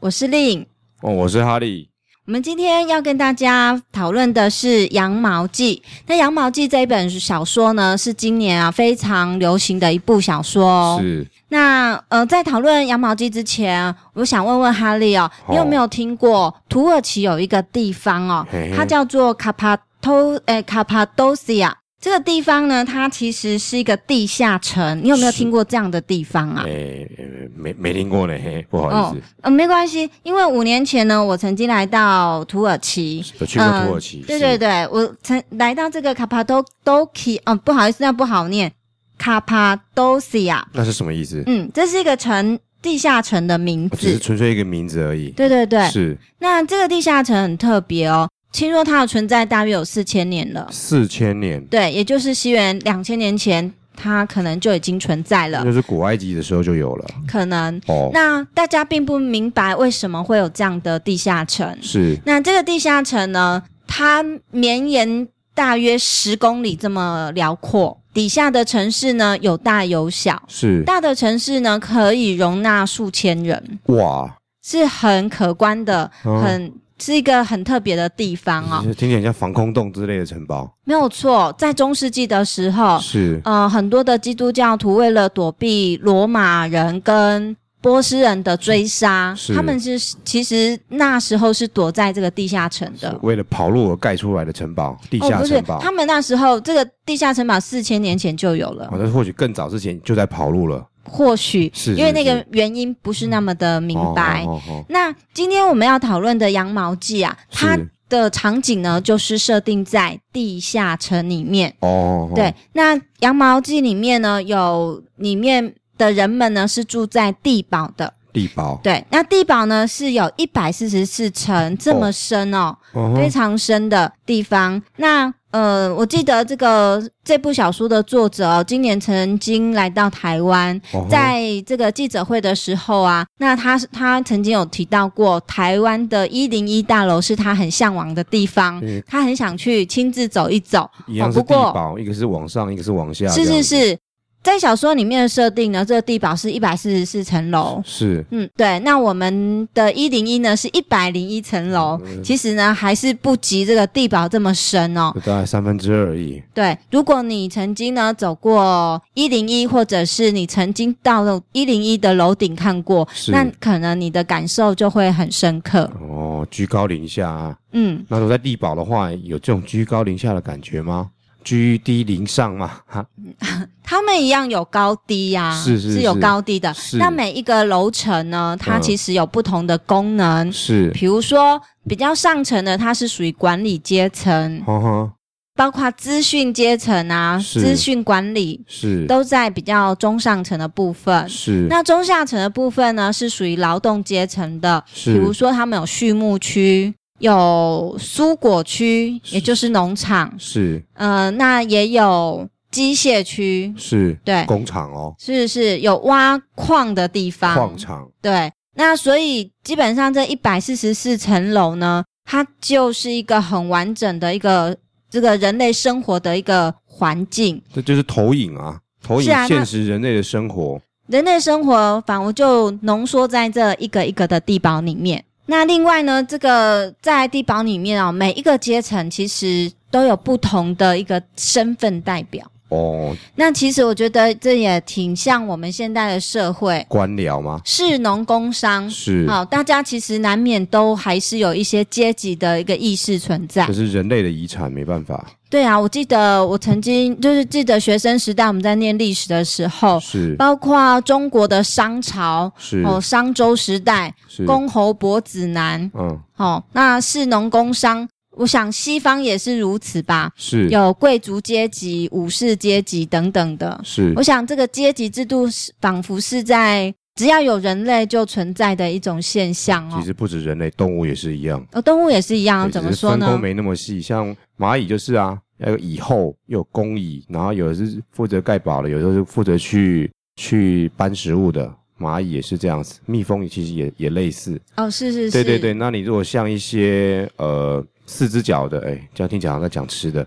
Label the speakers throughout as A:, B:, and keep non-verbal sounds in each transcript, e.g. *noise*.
A: 我是令。
B: 哦，我是哈利。
A: 我们今天要跟大家讨论的是《羊毛记》。那《羊毛记》这一本小说呢，是今年啊非常流行的一部小说哦。
B: 是
A: 那呃，在讨论羊毛机之前，我想问问哈利哦，
B: 好
A: 你有没有听过土耳其有一个地方哦
B: 嘿，
A: 它叫做卡帕托诶卡帕多西亚。这个地方呢，它其实是一个地下城。你有没有
B: 是
A: 听过这样的地方啊？
B: 诶、诶没没听过呢，嘿，不好意思，
A: 呃，没关系，因为五年前呢，我曾经来到土耳其，
B: 有去过土耳其
A: 嗯对
B: 是
A: 对对，我曾来到这个卡帕多多奇，嗯，不好意思，那不好念，卡帕多西亚。
B: 那是什么意思？
A: 嗯，这是一个城，地下城的名
B: 我只哦
A: 字。
B: 是纯粹一个名字而已。
A: 对对对，
B: 是
A: 那这个地下城很特别哦，听说它的存在大约有四千年了。
B: 四千年，
A: 对，也就是西元两千年前，它可能就已经存在了，
B: 就是古埃及的时候就有了。
A: 可能。
B: 哦，
A: 那大家并不明白为什么会有这样的地下城。
B: 是
A: 那这个地下城呢，它绵延大约十公里这么辽阔，底下的城市呢有大有小，
B: 是，
A: 大的城市呢可以容纳数千人，
B: 哇，
A: 是很可观的，
B: 哦嗯
A: 很、是一个很特别的地方哦。
B: 听起来像防空洞之类的城堡。
A: 没有错，在中世纪的时候，
B: 是
A: 呃，很多的基督教徒为了躲避罗马人跟波斯人的追杀
B: 是，
A: 他们是其实那时候是躲在这个地下城的。
B: 为了跑路而盖出来的城堡，地
A: 哦，
B: 下
A: 不是
B: 城，堡。
A: 他们那时候这个地下城堡四千年前就有了
B: 哦，，那或许更早之前就在跑路了，
A: 或许
B: 是
A: 因为
B: 是
A: 那
B: 是
A: 个原因不是那么的明白。
B: 哦哦哦哦
A: 那今天我们要讨论的《羊毛记》啊，它
B: 是
A: 的场景呢，就是设定在地下城里面。
B: 哦哦，哦
A: 对，，那《羊毛记》里面呢，有里面的人们呢是住在地堡的。
B: 地堡，
A: 对，那地堡呢是有一百四十四层这么深哦，
B: 哦
A: 非
B: 哦
A: 常深的地方。那呃，我记得这个这部小说的作者、哦、今年曾经来到台湾，
B: 哦
A: 在这个记者会的时候啊，那他他曾经有提到过，台湾的一零一大楼是他很向往的地方
B: 嗯，
A: 他很想去亲自走一走。
B: 一样
A: 哦
B: 是
A: 不
B: 地
A: 过
B: 堡，一个是往上，一个是往下，
A: 是
B: 这
A: 是
B: 样子，
A: 是，在小说里面的设定呢，这个地堡是一百四十四层楼。
B: 是
A: 嗯，对，那我们的一零一呢是一百零一层楼，
B: 嗯
A: 其实呢还是不及这个地堡这么深哦。
B: 就大概三分之二而已。
A: 对，如果你曾经呢走过一零一，或者是你曾经到了一零一的楼顶看过，
B: 是
A: 那可能你的感受就会很深刻。
B: 哦，居高临下、啊。
A: 嗯，
B: 那如果在地堡的话，有这种居高临下的感觉吗？居低临上嘛，哈，
A: 他们一样有高低呀、
B: 是是
A: 有
B: 是
A: 高低的。
B: 是
A: 那每一个楼层呢，它
B: 嗯
A: 其实有不同的功能，
B: 是，
A: 比如说比较上层的，它是属于管理阶层，
B: 哈哈，
A: 包括资讯阶层啊，
B: 是
A: 资讯管理
B: 是
A: 都在比较中上层的部分。
B: 是
A: 那中下层的部分呢，是属于劳动阶层的，比
B: 是
A: 如说他们有畜牧区。有蔬果区，也就是农场，
B: 是
A: 呃，那也有机械区，
B: 是
A: 对，
B: 工厂哦，
A: 是是有挖矿的地方，
B: 矿场
A: 对，那所以基本上这一百四十四层楼呢，它就是一个很完整的一个这个人类生活的一个环境。
B: 这就是投影啊，投
A: 是
B: 影
A: 啊那
B: 现实人类的生活。
A: 人类生活仿佛就浓缩在这一个一个的地堡里面。那另外呢，这个在地堡里面啊、每一个阶层其实都有不同的一个身份代表。
B: 哦，
A: 那其实我觉得这也挺像我们现在的社会，
B: 官僚吗？
A: 士农工商，
B: 是，
A: 嗯好，大家其实难免都还是有一些阶级的一个意识存在
B: 这。是人类的遗产，没办法。
A: 对啊，我记得我曾经就是记得学生时代我们在念历史的时候，
B: 是
A: 包括中国的商朝。
B: 是
A: 哦，商周时代，
B: 是，
A: 公侯伯子男，
B: 嗯
A: 哦，那士农工商，我想西方也是如此吧，
B: 是
A: 有贵族阶级、武士阶级等等的。
B: 是
A: 我想这个阶级制度是仿佛是在只要有人类就存在的一种现象哦
B: 其。实不止人类，动物也是一样。
A: 哦，动物也是一样，
B: 对
A: 怎
B: 只
A: 么
B: 是
A: 说
B: 分工
A: 呢？
B: 没那么细，像蚂蚁就是啊，要有蚁后，又有工蚁，然后有的是负责盖堡的，有的是负责去去搬食物的。蚂蚁也是这样子，蜜蜂也其实也也类似。
A: 哦，是是是，
B: 对对对，，那你如果像一些呃四只脚的，哎，这样听起来好像在
A: *laughs*
B: 讲吃的，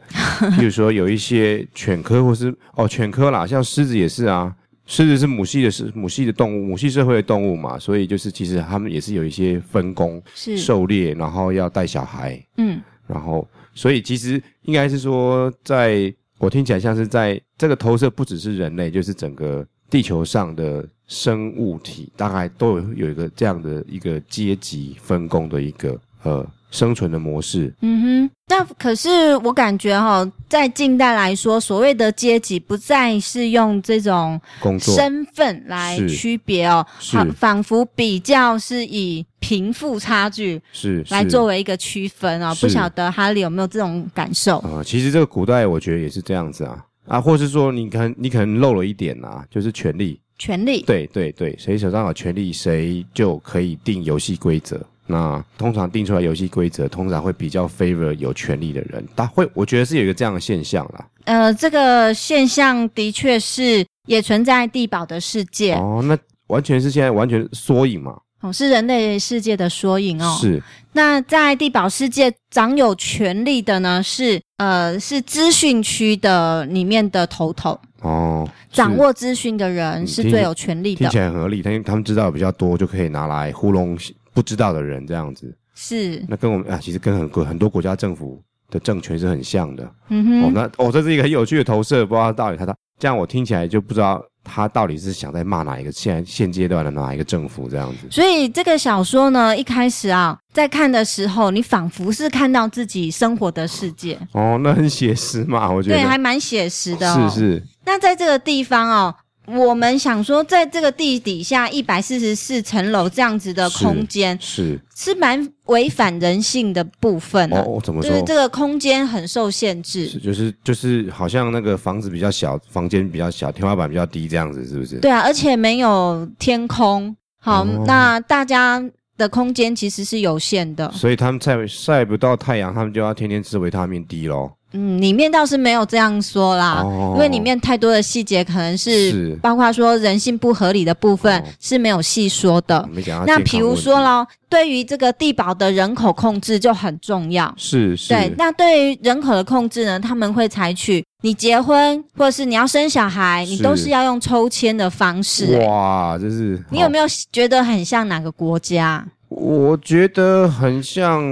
B: 譬如说有一些犬科或是哦犬科啦，像狮子也是啊，狮子是母系的，是母系的动物，母系社会的动物嘛，所以就是其实他们也是有一些分工，
A: 是，
B: 狩猎，然后要带小孩，
A: 嗯，
B: 然后所以其实应该是说在，我听起来像是在这个投射不只是人类，就是整个地球上的生物体，大概都有有一个这样的一个阶级分工的一个呃生存的模式。
A: 嗯哼，那可是我感觉哈、在近代来说，所谓的阶级不再是用这种
B: 工作
A: 身份来
B: 是
A: 区别哦，
B: 是
A: 好仿佛比较是以贫富差距
B: 是是
A: 来作为一个区分哦。
B: 是
A: 不晓得哈利有没有这种感受？
B: 啊、其实这个古代我觉得也是这样子啊啊，或是说你可能你可能漏了一点啊，就是权力，
A: 权利，
B: 对对对，谁手上有权力，谁就可以定游戏规则。那通常定出来游戏规则，通常会比较 favor 有权力的人，他会，我觉得是有一个这样的现象啦。
A: 呃，这个现象的确是也存在地堡的世界，哦
B: 哦，那完全是现在完全缩影嘛，
A: 是人类世界的缩影哦。
B: 是
A: 那在地堡世界掌有权力的呢，是呃是资讯区的里面的头头，
B: 哦，是嗯
A: 掌握资讯的人是最有权力
B: 听
A: 的
B: 起，来很合理，但因为他们知道比较多，就可以拿来糊弄不知道的人这样子。
A: 是
B: 那跟我们啊，其实跟很国很多国家政府的政权是很像的。
A: 嗯
B: 哦，
A: 哼，
B: 那哦，这是一个很有趣的投射，不知道到底他他这样我听起来就不知道他到底是想在骂哪一个现现阶段的哪一个政府这样子。
A: 所以这个小说呢，一开始啊，在看的时候，你仿佛是看到自己生活的世界，
B: 哦，那很写实嘛，我觉
A: 对，
B: 得
A: 还蛮写实的、哦。
B: 是是
A: 那在这个地方哦，我们想说，在这个地底下一百四十四层楼这样子的
B: 是
A: 空间，
B: 是
A: 是蛮违反人性的部分、啊、
B: 哦，怎么
A: 就是
B: 说？
A: 这个空间很受限
B: 是
A: 制。
B: 就是就是好像那个房子比较小，房间比较小，天花板比较低这样子，是不是？
A: 对啊，而且没有天空。好，
B: 哦
A: 那大家的空间其实是有限的。
B: 所以他们晒晒不到太阳，他们就要天天吃维他命 D 咯。
A: 嗯，里面倒是没有这样说啦，啊
B: 哦
A: 因为里面太多的细节可能是
B: 是
A: 包括说人性不合理的部分
B: 哦
A: 是没有细说的。
B: 没讲到
A: 那
B: 健康
A: 比如
B: 问题
A: 说，咯，对于这个地堡的人口控制就很重要。
B: 是是
A: 对，那对于人口的控制呢，他们会采取你结婚或者是你要生小孩，你
B: 是
A: 都是要用抽签的方式、欸
B: 哇，这是
A: 你有
B: 好
A: 没有觉得很像哪个国家？
B: 我觉得很像，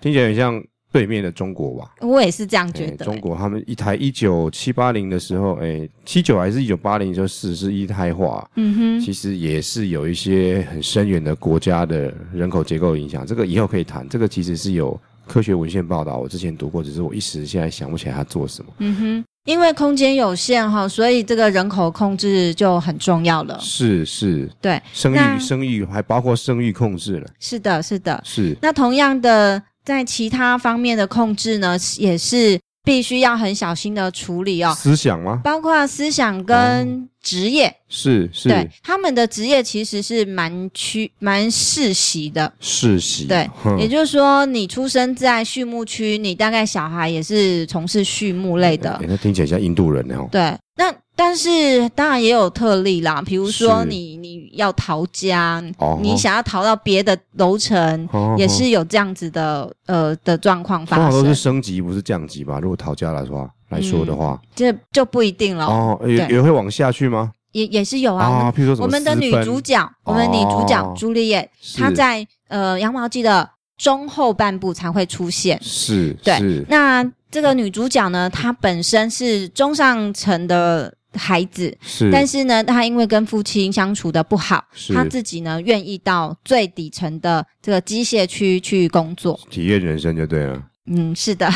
B: 听起来很像对面的中国吧？
A: 我也是这样觉
B: 哎
A: 得、
B: 中
A: 欸
B: 国他们一台一九七八零的时候，哎、七九还是一九八零时候实施一胎化，
A: 嗯哼，
B: 其实也是有一些很深远的国家的人口结构影响。这个以后可以谈，这个其实是有科学文献报道，我之前读过，只是我一时现在想不起来他做什么。
A: 嗯哼，因为空间有限哈，所以这个人口控制就很重要了。
B: 是是，
A: 哦对，
B: 生
A: 那
B: 育生育还包括生育控制了，
A: 是的，是的。
B: 是
A: 那同样的，在其他方面的控制呢，也是必须要很小心的处理哦，
B: 思想吗？
A: 包括思想跟职业。
B: 是
A: 对
B: 哦是，
A: 他们的职业其实是蛮区蛮世袭的，
B: 世袭，
A: 对
B: 哼
A: 也就是说，你出生在畜牧区，你大概小孩也是从事畜牧类的
B: 哎，那听起来像印度人哦。
A: 对。那但是当然也有特例啦，比如说
B: 是
A: 你你要逃家，
B: 哦
A: 你想要逃到别的楼层，
B: 哦
A: 也是有这样子的呃的状况
B: 通
A: 发
B: 常都是
A: 生，
B: 升级，不是降级吧？如果讨价来说啊来说的话，
A: 这就不一定了，
B: 哦，也
A: 嗯对
B: 也会往下去吗？
A: 也也是有啊。我
B: 啊，
A: 们
B: 譬如说什么
A: 我们的
B: 私
A: 女
B: 奔
A: 主角，我们的女主角
B: 哦
A: 朱丽叶，
B: 是
A: 她在呃羊毛季的中后半部才会出现。
B: 是
A: 对
B: 是
A: 那这个女主角呢，她本身是中上层的孩子，
B: 是，
A: 但是呢，她因为跟父亲相处的不好，
B: 是
A: 她自己呢愿意到最底层的这个机械区去工作。
B: 体验人生就对
A: *laughs*
B: 了。
A: 嗯，是的。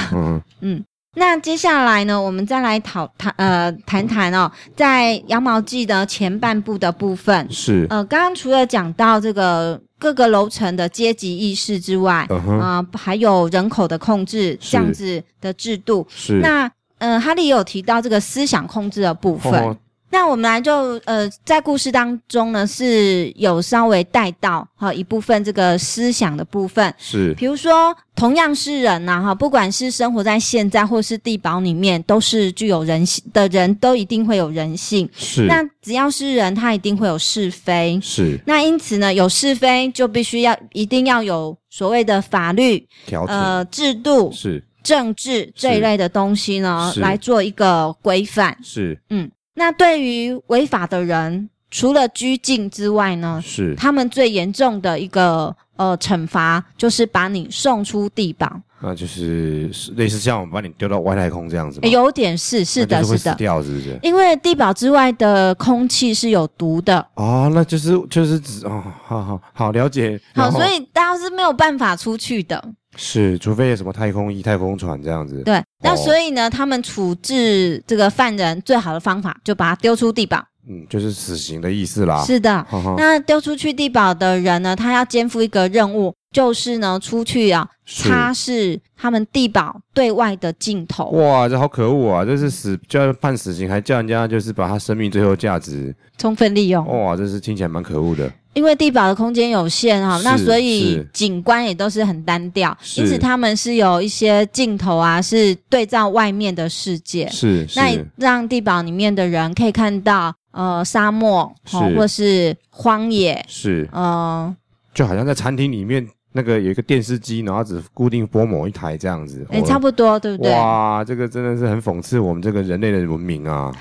B: 嗯，
A: 那接下来呢，我们再来讨谈呃谈谈哦，在《羊毛记》的前半部的部分，
B: 是，
A: 呃，刚刚除了讲到这个各个楼层的阶级意识之外，
B: 嗯哼，
A: 啊、还有人口的控制
B: 是
A: 这样子的制度。
B: 是。哦
A: 那呃，哈利也有提到这个思想控制的部分。
B: 哦
A: 那我们来就呃，在故事当中呢，是有稍微带到哈、一部分这个思想的部分。
B: 是
A: 比如说，同样是人呐、哈，不管是生活在现在或是地堡里面，都是具有人性的人，都一定会有人性。
B: 是
A: 那只要是人，他一定会有是非。
B: 是
A: 那因此呢，有是非就必须要一定要有所谓的法律、
B: 调停，
A: 呃制度、
B: 是
A: 政治这一类的东西呢，
B: 是
A: 来做一个规范。
B: 是
A: 嗯，那对于违法的人，除了拘禁之外呢，
B: 是
A: 他们最严重的一个呃惩罚就是把你送出地堡，
B: 那就是是类似像我们把你丢到外太空这样子吗？
A: 有点是哎是
B: 那
A: 的，
B: 就是是会
A: 的
B: 死，掉是不是？
A: 因为地堡之外的空气是有毒的，
B: 哦，那就是就是指哦，好好好了解。
A: 好，
B: 然后
A: 所以大家是没有办法出去的。
B: 是除非有什么太空衣、太空船这样子。
A: 对，那
B: 哦
A: 所以呢，他们处置这个犯人最好的方法，就把他丢出地堡。
B: 嗯，就是死刑的意思啦。
A: 是的，
B: 哈哈，
A: 那丢出去地堡的人呢，他要肩负一个任务，就是呢，出去啊，
B: 是
A: 擦拭他们地堡对外的镜头。
B: 哇，这好可恶啊！这是死叫人判死刑，还叫人家就是把他生命最后价值，
A: 充分利用，
B: 哇，这是听起来蛮可恶的。
A: 因为地堡的空间有限哈、
B: 是
A: 那所以
B: 是
A: 景观也都是很单调，
B: 是
A: 因此他们是有一些镜头啊，是对照外面的世界。
B: 是
A: 那也
B: 是
A: 让地堡里面的人可以看到呃沙漠哦，
B: 是
A: 或是荒野，
B: 是，
A: 呃，
B: 就好像在餐厅里面那个有一个电视机，然后只固定播某一台这样子。
A: 哎、
B: 哦
A: 差不多对不对？
B: 哇，这个真的是很讽刺我们这个人类的文明啊！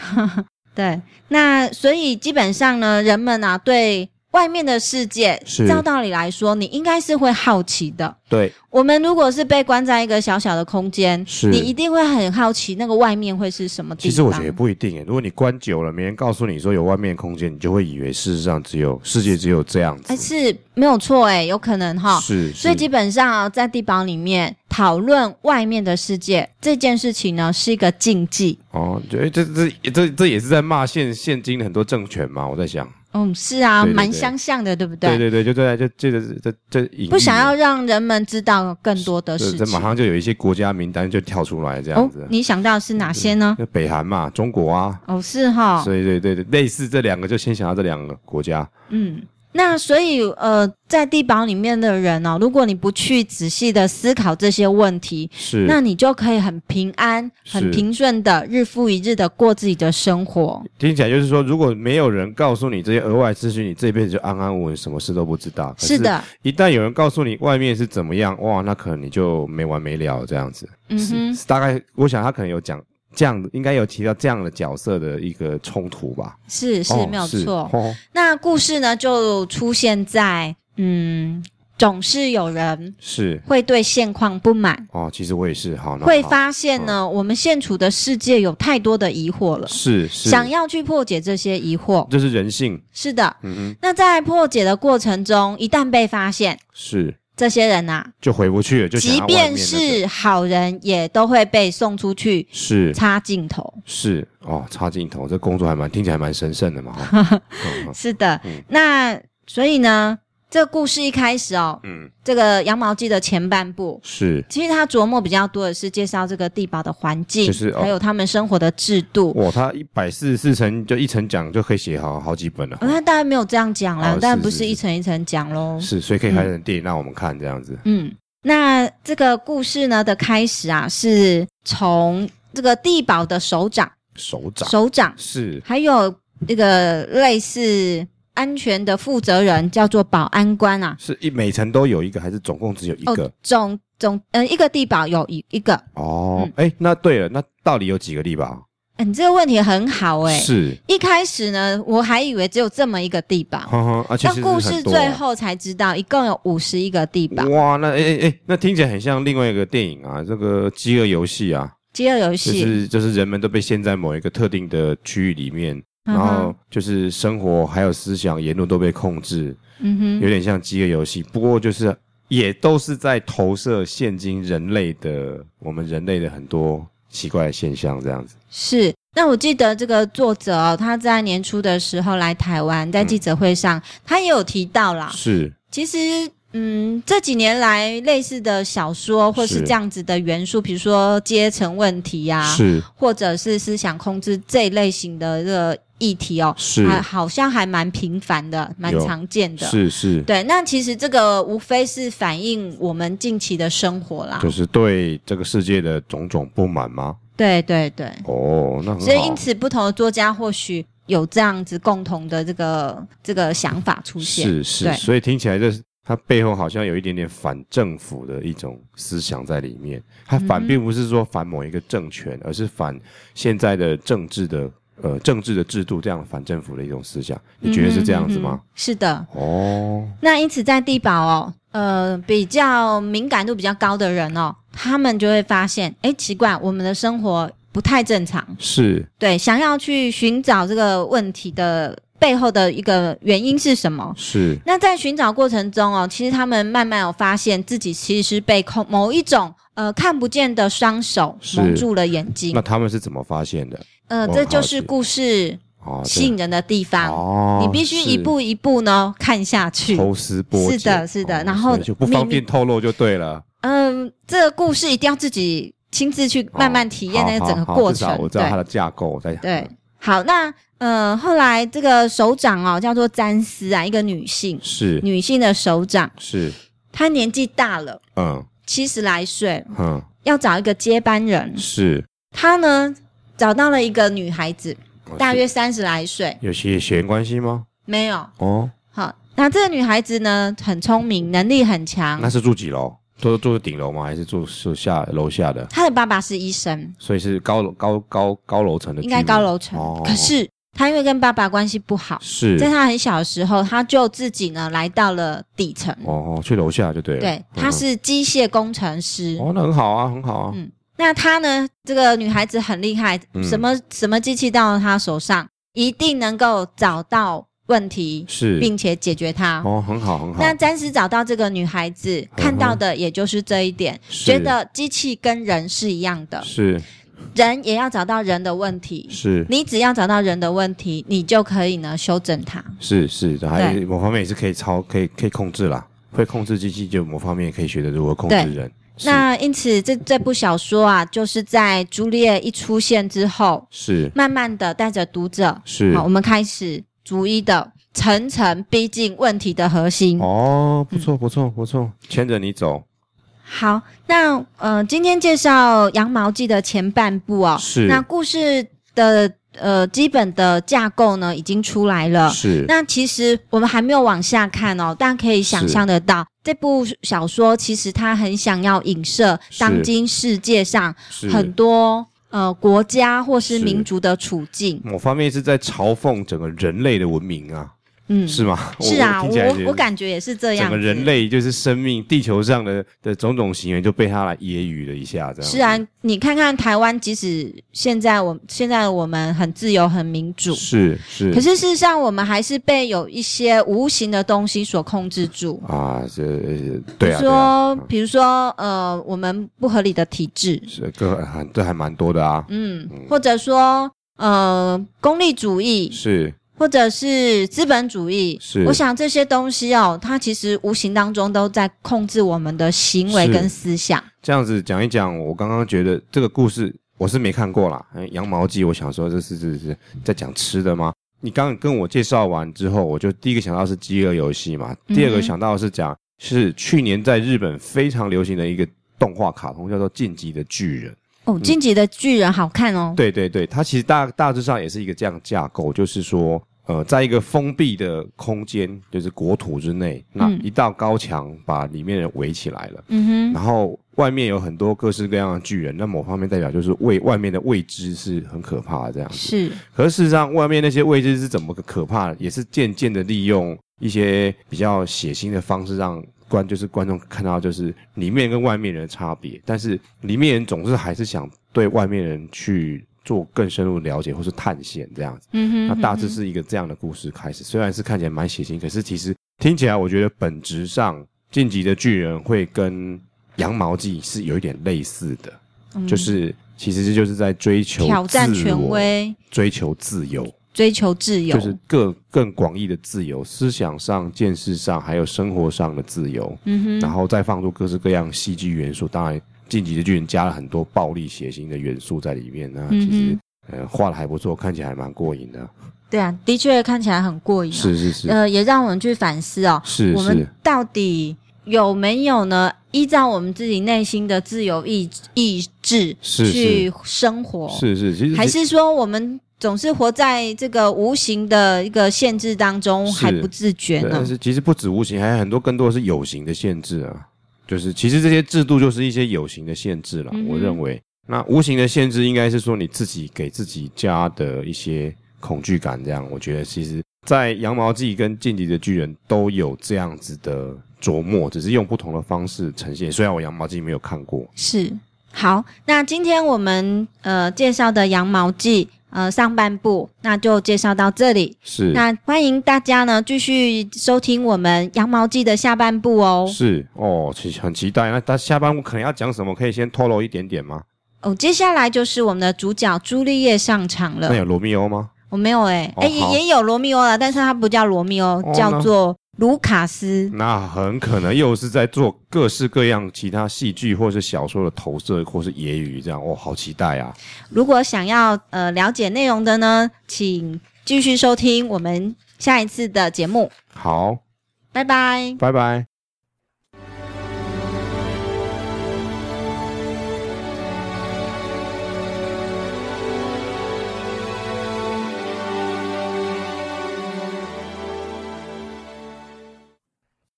A: 对，那所以基本上呢，人们啊对外面的世界，
B: 是
A: 照道理来说，你应该是会好奇的。
B: 对，
A: 我们如果是被关在一个小小的空间，
B: 是
A: 你一定会很好奇那个外面会是什么地方。
B: 其实我觉得也不一定欸耶。如果你关久了，没人告诉你说有外面的空间，你就会以为事实上只有世界只有这样子。
A: 哎是没有错哎，有可能哈。
B: 是，
A: 所以
B: 是
A: 基本上啊，在地堡里面讨论外面的世界这件事情呢，是一个禁忌。
B: 哦，对，这这这这也是在骂现现今的很多政权嘛。我在想，
A: 嗯，是啊，
B: 对对对
A: 蛮相像的，对不对？
B: 对对对，就对，就这这这这隐喻
A: 不想要让人们知道更多的
B: 这
A: 事
B: 这马
A: 情。哦
B: 上就有一些国家名单就跳出来这样子。
A: 你想到的是哪些呢？
B: 那北韩嘛，中国啊，
A: 哦，是哈，
B: 所以对对对，类似这两个就先想到这两个国家。
A: 嗯。那所以，呃，在地堡里面的人哦，如果你不去仔细的思考这些问题，
B: 是，
A: 那你就可以很平安、很
B: 是
A: 平顺的日复一日的过自己的生活。
B: 听起来就是说，如果没有人告诉你这些额外资讯，你这辈子就安安稳稳，什么事都不知道。
A: 是，的，
B: 一旦有人告诉你外面是怎么样，哇，那可能你就没完没了这样子。
A: 嗯
B: 是
A: 哼，
B: 是大概我想他可能有讲这样的，应该有提到这样的角色的一个冲突吧？
A: 是是、
B: 哦
A: 没有
B: 是
A: 错。
B: 哦，
A: 那故事呢，就出现在嗯，总是有人
B: 是
A: 会对现况不满，
B: 哦，其实我也是，好，那嗯
A: 会
B: 好
A: 发现呢，我们现处的世界有太多的疑惑了，
B: 是是，
A: 想要去破解这些疑惑。
B: 这是人性，
A: 是的，
B: 嗯嗯，
A: 那在破解的过程中，一旦被发现，
B: 是
A: 这些人呐、
B: 就回不去了，就想
A: 即
B: 要外面
A: 便
B: 那个
A: 是好人，也都会被送出去
B: 是
A: 擦镜头。
B: 是哦，插镜头这工作还蛮听起来蛮神圣的嘛，哈
A: *laughs*
B: 嗯嗯
A: 是的，那所以呢，这故事一开始哦，
B: 嗯，
A: 这个羊毛记的前半部。
B: 是
A: 其实他琢磨比较多的是介绍这个地堡的环境，
B: 就是哦
A: 还有他们生活的制度。
B: 哇，他一百四十四层就一层讲就可以写好好几
A: *laughs*
B: 本了
A: 哦，，他当然没有这样讲啦，
B: 哦
A: 当然
B: 是
A: 不
B: 是
A: 是一
B: 是
A: 层一层讲喽。
B: 是，所以可以拍成电影让我们看这样子，
A: 嗯，那这个故事呢的开始啊，是从这个地堡的首长、
B: 手掌
A: 首长，
B: 是
A: 还有那个类似安全的负责人，叫做保安官啊。
B: 是一每层都有一个，还是总共只有一个
A: 哦？，总总呃，一个地堡有一一个。
B: 哦，哎、那对了，那到底有几个地堡？
A: 嗯，你这个问题很好哎、
B: 是，
A: 一开始呢，我还以为只有这么一个地堡，
B: 哼哼，而且
A: 但
B: 哦啊其实
A: 故
B: 是很
A: 事
B: 多
A: 最后才知道，一共有五十一个地堡。
B: 哇，那哎哎哎，那听起来很像另外一个电影啊，这个《饥饿游戏》啊，
A: 饥饿游
B: 就
A: 戏，
B: 是就是人们都被限在某一个特定的区域里面。
A: 嗯
B: 然
A: 哼
B: 后就是生活，还有思想、言论都被控制，
A: 嗯哼，
B: 有点像饥饿游戏。不过就是也都是在投射现今人类的我们人类的很多奇怪的现象，这样子。
A: 是，那我记得这个作者哦，他在年初的时候来台湾，在记者会上，他也有提到啦。
B: 嗯是
A: 其实，嗯，这几年来类似的小说或是
B: 是
A: 这样子的元素，比如说阶层问题啊呀、
B: 是
A: 或者是思想控制这一类型的这个议题哦，
B: 是
A: 还好像还蛮频繁的，蛮
B: 有
A: 常见的。
B: 是是，
A: 对，那其实这个无非是反映我们近期的生活啦。
B: 就是对这个世界的种种不满吗？
A: 对对对。
B: 哦，那很好。
A: 所以，因此，不同的作家或许有这样子共同的这个这个想法出现。
B: 是是，
A: 对
B: 所以听起来这是它背后好像有一点点反政府的一种思想在里面。它反并不是说反某一个政权，而是反现在的政治的呃政治的制度这样的反政府的一种思想，你觉得是这样
A: 嗯
B: 子
A: 哼
B: 吗？
A: 嗯哼是的，
B: 哦，
A: 那因此在地堡哦，呃，比较敏感度比较高的人哦，他们就会发现，哎，奇怪，我们的生活不太正常。
B: 是
A: 对，想要去寻找这个问题的背后的一个原因是什么？
B: 是，
A: 那在寻找过程中哦，其实他们慢慢有发现自己其实是被控某一种呃看不见的双手
B: 是
A: 蒙住了眼睛
B: 那。他们是怎么发现的？
A: 呃，
B: 我很
A: 这就
B: 好
A: 是
B: 奇
A: 故事
B: 哦，对
A: 吸引人的地方。
B: 哦，
A: 你必须一
B: 是
A: 步一步呢看下去。
B: 抽丝剥茧，
A: 是的是的
B: 哦
A: 然后
B: 所以就不方
A: 秘密
B: 便透露就对了。
A: 嗯，这个故事一定要自己亲自去慢慢体验
B: 哦
A: 那个整个
B: 好好
A: 过
B: 至
A: 程。
B: 少我知道它的架构，我在
A: 对对，好，那呃，后来这个首长哦，叫做詹斯啊，一个女性，
B: 是
A: 女性的首长，
B: 是
A: 她年纪大了，
B: 嗯
A: 七十来岁，
B: 嗯
A: 要找一个接班人。
B: 是，
A: 她呢找到了一个女孩子，
B: 哦
A: 大
B: 是
A: 约三十来岁，
B: 有血血缘关系吗？
A: 没有。
B: 哦，
A: 好，那这个女孩子呢很聪明，能力很强
B: 那，是住几楼？都住顶楼吗？还是住是下楼下的？
A: 她的爸爸是医生，
B: 所以是高楼高高高楼层的居
A: 应
B: 民，
A: 该高楼层。
B: 哦
A: 可是她因为跟爸爸关系不好，
B: 是
A: 在他很小的时候，他就自己呢来到了底层。
B: 哦，去楼下就对了。
A: 对，
B: 嗯
A: 他是机械工程师。
B: 哦，那很好啊，很好啊
A: 嗯。那他呢，这个女孩子很厉害，
B: 嗯
A: 什么什么机器到了她手上，一定能够找到问题，
B: 是
A: 并且解决它。
B: 哦，很好很好。
A: 那暂时找到这个女孩子
B: 哼
A: 看到的，也就是这一点，
B: 是
A: 觉得机器跟人是一样的，
B: 是
A: 人也要找到人的问题。
B: 是
A: 你只要找到人的问题，你就可以呢修正它。
B: 是是，还
A: 对
B: 某方面也是可以操，可以可以控制啦。会控制机器，就某方面也可以学着如何控制
A: 对
B: 人。是
A: 那因此这，这部小说啊，就是在朱丽叶一出现之后，
B: 是
A: 慢慢的带着读者，
B: 是
A: 好，我们开始逐一的层层逼近问题的核心。
B: 哦，
A: 嗯
B: 不错不错不错，牵着你走
A: 好，那呃，今天介绍《羊毛记》的前半部哦，
B: 是
A: 那故事的呃基本的架构呢已经出来了。
B: 是
A: 呃那其实我们还没有往下看哦，但可以想象得到，这部小说其实它很想要影射
B: 是
A: 当今世界上
B: 是
A: 很多呃国家或是
B: 是
A: 民族的处境。
B: 某方面是在嘲讽整个人类的文明啊，
A: 嗯，
B: 是吗？
A: 是啊，
B: 我
A: 我
B: 听起来觉
A: 我
B: 得
A: 我感觉也是这样
B: 整
A: 子。
B: 个人类就是生命，地球上的的种种行为就被他来揶揄了一下，这样
A: 是啊，你看看台湾，即使现在我现在我们很自由、很民主，
B: 是是，
A: 可是事实上我们还是被有一些无形的东西所控制住。
B: 啊，这对
A: 比
B: 啊，
A: 如
B: 对啊
A: 说，比如说，呃，我们不合理的体制，
B: 是个还这还蛮多的啊，
A: 嗯，或者说呃功利主义，
B: 是
A: 或者是资本主义。
B: 是
A: 我想这些东西哦，它其实无形当中都在控制我们的行为
B: 是
A: 跟思想。
B: 这样子讲一讲，我刚刚觉得这个故事我是没看过啦，哎羊毛记，我想说这是是是在讲吃的吗？你刚刚跟我介绍完之后，我就第一个想到是《饥饿游戏》嘛，
A: 嗯哼
B: 第二个想到是讲是去年在日本非常流行的一个动画卡通，叫做《进击的巨人》。
A: 哦，《晋级的巨人》好看哦。
B: 嗯对对对，它其实大大致上也是一个这样的架构，就是说，呃，在一个封闭的空间，就是国土之内，那
A: 嗯
B: 一道高墙把里面人围起来了。
A: 嗯哼，
B: 然后外面有很多各式各样的巨人，那某方面代表就是未外面的未知是很可怕的这样子。
A: 是
B: 可是事实上，外面那些未知是怎么个可怕的，也是渐渐的利用一些比较血腥的方式让。观就是观众看到就是里面跟外面人的差别，但是里面人总是还是想对外面人去做更深入的了解或是探险这样子。
A: 嗯哼，
B: 那大
A: 嗯
B: 致
A: 哼
B: 是一个这样的故事开始。虽然是看起来蛮血腥，可是其实听起来，我觉得本质上《晋级的巨人》会跟《羊毛记》是有一点类似的，就是其实这就是在追求
A: 嗯挑战
B: 自
A: 权
B: 我，
A: 威，
B: 追求自由，
A: 追求自由。
B: 就是更更广义的自由，思想上、见识上，还有生活上的自由。
A: 嗯哼，
B: 然后再放入各式各样戏剧元素，当然《晋级的巨人》加了很多暴力血腥的元素在里面，那其实
A: 嗯、
B: 呃画的还不错，看起来还蛮过瘾的。
A: 对啊，的确看起来很过瘾、哦。
B: 是是是，
A: 呃，也让我们去反思哦，
B: 是
A: 我
B: 是
A: 们到底有没有呢？依照我们自己内心的自由意意志
B: 是
A: 去生活，
B: 是是，其实
A: 哦还是说我们总是活在这个无形的一个限制当中，
B: 是
A: 还不自觉
B: 对但
A: 呢？
B: 是其实不止无形，还有很多更多的是有形的限制啊。就是其实这些制度就是一些有形的限制啦，
A: 嗯哼
B: 我认为。那无形的限制应该是说你自己给自己加的一些恐惧感，这样我觉得其实，在羊毛季跟晋级的巨人都有这样子的琢磨，只是用不同的方式呈现。虽然我羊毛季没有看过，
A: 是，好，那今天我们呃介绍的羊毛季呃上半部，那就介绍到这里。
B: 是
A: 那欢迎大家呢继续收听我们羊毛季的下半部哦。
B: 是哦，其实很期待。那他下半部可能要讲什么，可以先透露一点点吗？
A: 哦，接下来就是我们的主角朱丽叶上场了
B: 那。有罗密欧吗？
A: 我没有哎、欸，
B: 哦
A: 哎、
B: 好
A: 也也有罗密欧了，但是他不叫罗密欧，
B: 哦嗯
A: 叫
B: 那
A: 做卢卡斯。
B: 那很可能又是在做各式各样其他戏剧或是小说的投射或是揶揄，这样哦，好期待啊！
A: 如果想要呃了解内容的呢，请继续收听我们下一次的节目，
B: 好，
A: 拜拜。
B: 拜拜。